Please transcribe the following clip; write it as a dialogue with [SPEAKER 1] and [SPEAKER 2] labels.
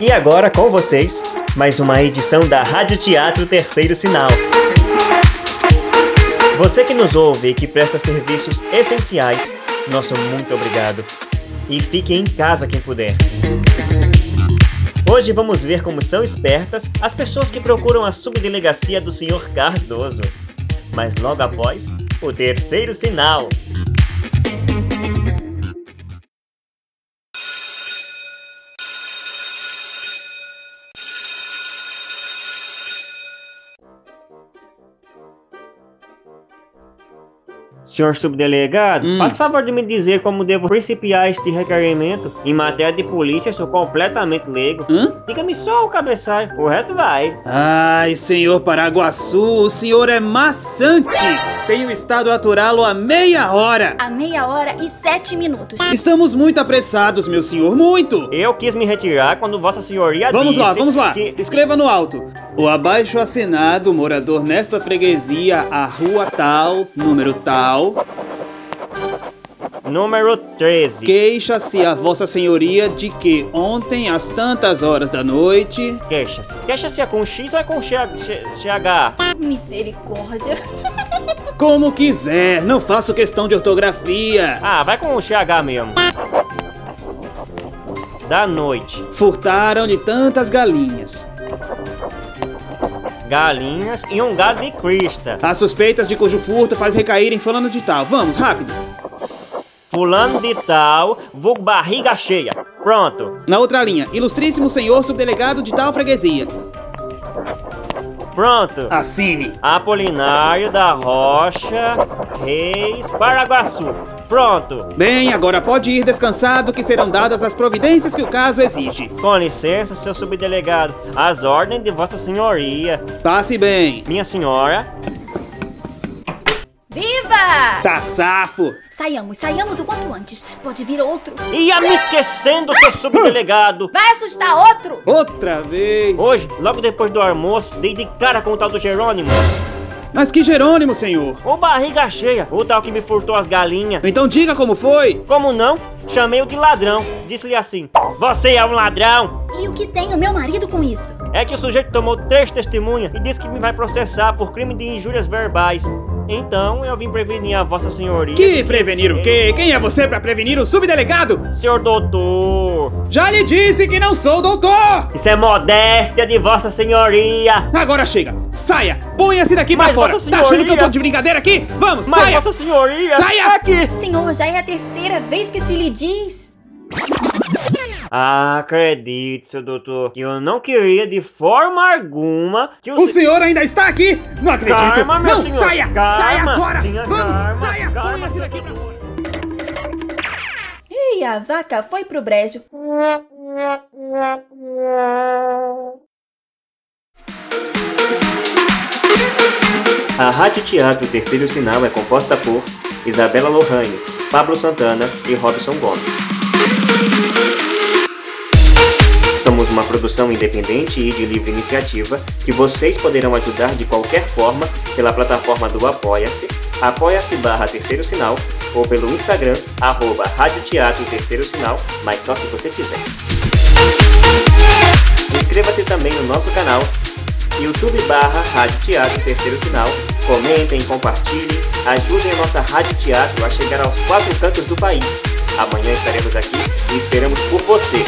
[SPEAKER 1] E agora com vocês, mais uma edição da Rádio Teatro Terceiro Sinal. Você que nos ouve e que presta serviços essenciais, nosso muito obrigado. E fique em casa quem puder. Hoje vamos ver como são espertas as pessoas que procuram a subdelegacia do senhor Cardoso. Mas logo após, o terceiro sinal. Senhor subdelegado,
[SPEAKER 2] Hum.
[SPEAKER 1] faça favor de me dizer como devo principiar este requerimento. Em matéria de polícia, sou completamente leigo.
[SPEAKER 2] Hã?
[SPEAKER 1] Diga-me só o cabeçalho, o resto vai.
[SPEAKER 2] Ai, senhor Paraguaçu, o senhor é maçante! Tenho estado a aturá-lo há meia hora!
[SPEAKER 3] A meia hora e sete minutos.
[SPEAKER 2] Estamos muito apressados, meu senhor, muito!
[SPEAKER 1] Eu quis me retirar quando Vossa Senhoria
[SPEAKER 2] Vamos
[SPEAKER 1] disse
[SPEAKER 2] lá, vamos lá!
[SPEAKER 1] que-
[SPEAKER 2] Escreva no alto! O abaixo assinado, morador nesta freguesia, a rua tal, número tal,
[SPEAKER 1] Número 13.
[SPEAKER 2] queixa-se a vossa senhoria de que ontem, às tantas horas da noite...
[SPEAKER 1] Queixa-se. Queixa-se é com X ou é com X- X- CH?
[SPEAKER 3] Misericórdia.
[SPEAKER 2] Como quiser, não faço questão de ortografia!
[SPEAKER 1] Ah, vai com o CH mesmo. Da noite.
[SPEAKER 2] Furtaram-lhe tantas galinhas.
[SPEAKER 1] Galinhas e um gado de crista.
[SPEAKER 2] As suspeitas de cujo furto faz recair em fulano de tal. Vamos, rápido.
[SPEAKER 1] Fulano de tal, vulgo barriga cheia. Pronto.
[SPEAKER 2] Na outra linha, ilustríssimo senhor subdelegado de tal freguesia.
[SPEAKER 1] Pronto.
[SPEAKER 2] Assine.
[SPEAKER 1] Apolinário da Rocha, Reis, Paraguaçu. Pronto.
[SPEAKER 2] Bem, agora pode ir descansado que serão dadas as providências que o caso exige.
[SPEAKER 1] Com licença, seu subdelegado. As ordens de Vossa Senhoria.
[SPEAKER 2] Passe bem.
[SPEAKER 1] Minha senhora,
[SPEAKER 3] Viva!
[SPEAKER 2] Tá safo.
[SPEAKER 3] Saiamos, saiamos o quanto antes. Pode vir outro.
[SPEAKER 1] Ia me esquecendo, seu subdelegado!
[SPEAKER 3] Vai assustar outro?
[SPEAKER 2] Outra vez.
[SPEAKER 1] Hoje, logo depois do almoço, dei de cara com o tal do Jerônimo.
[SPEAKER 2] Mas que Jerônimo, senhor.
[SPEAKER 1] O barriga cheia, o tal que me furtou as galinhas.
[SPEAKER 2] Então diga como foi.
[SPEAKER 1] Como não? Chamei-o de ladrão. Disse-lhe assim: Você é um ladrão!
[SPEAKER 3] E o que tem o meu marido com isso?
[SPEAKER 1] É que o sujeito tomou três testemunhas e disse que me vai processar por crime de injúrias verbais. Então eu vim prevenir a Vossa Senhoria.
[SPEAKER 2] Que prevenir o quê? Quem é você pra prevenir o subdelegado?
[SPEAKER 1] Senhor doutor!
[SPEAKER 2] Já lhe disse que não sou doutor.
[SPEAKER 1] Isso é modéstia de Vossa Senhoria!
[SPEAKER 2] Agora chega. Saia. Ponha-se daqui pra
[SPEAKER 1] Mas,
[SPEAKER 2] fora.
[SPEAKER 1] Vossa
[SPEAKER 2] Tá achando que eu
[SPEAKER 1] Senhoria-
[SPEAKER 2] tô de brincadeira aqui? Vamos,
[SPEAKER 1] Mas
[SPEAKER 2] saia.
[SPEAKER 1] Vossa Senhoria! tá
[SPEAKER 2] Saia!
[SPEAKER 1] Aqui!
[SPEAKER 3] Senhor, já é a terceira vez que se lhe diz.
[SPEAKER 1] Ah, acredite, seu doutor, que eu não queria de forma alguma que o,
[SPEAKER 2] O
[SPEAKER 1] se-
[SPEAKER 2] senhor ainda está aqui? Não acredito!
[SPEAKER 1] Calma, meu
[SPEAKER 2] não,
[SPEAKER 1] senhor,
[SPEAKER 2] saia! saia
[SPEAKER 1] calma.
[SPEAKER 2] agora!
[SPEAKER 1] Tenha
[SPEAKER 2] Vamos,
[SPEAKER 1] calma,
[SPEAKER 2] saia!
[SPEAKER 1] calma,
[SPEAKER 2] Ponha-se
[SPEAKER 1] seu
[SPEAKER 2] daqui pra fora!
[SPEAKER 3] E a vaca foi pro brejo.
[SPEAKER 1] A Rádio Teatro Terceiro Sinal é composta por Isabela Lohanho, Pablo Santana e Robson Gomes. Somos uma produção independente e de livre iniciativa que vocês poderão ajudar de qualquer forma pela plataforma do Apoia-se, apoia-se barra terceiro sinal ou pelo Instagram, arroba Rádio Teatro Terceiro Sinal, mas só se você quiser. Inscreva-se também no nosso canal YouTube barra Rádio Teatro Terceiro Sinal. Comentem, compartilhem, ajudem a nossa Rádio Teatro a chegar aos quatro cantos do país. Amanhã estaremos aqui e esperamos por você.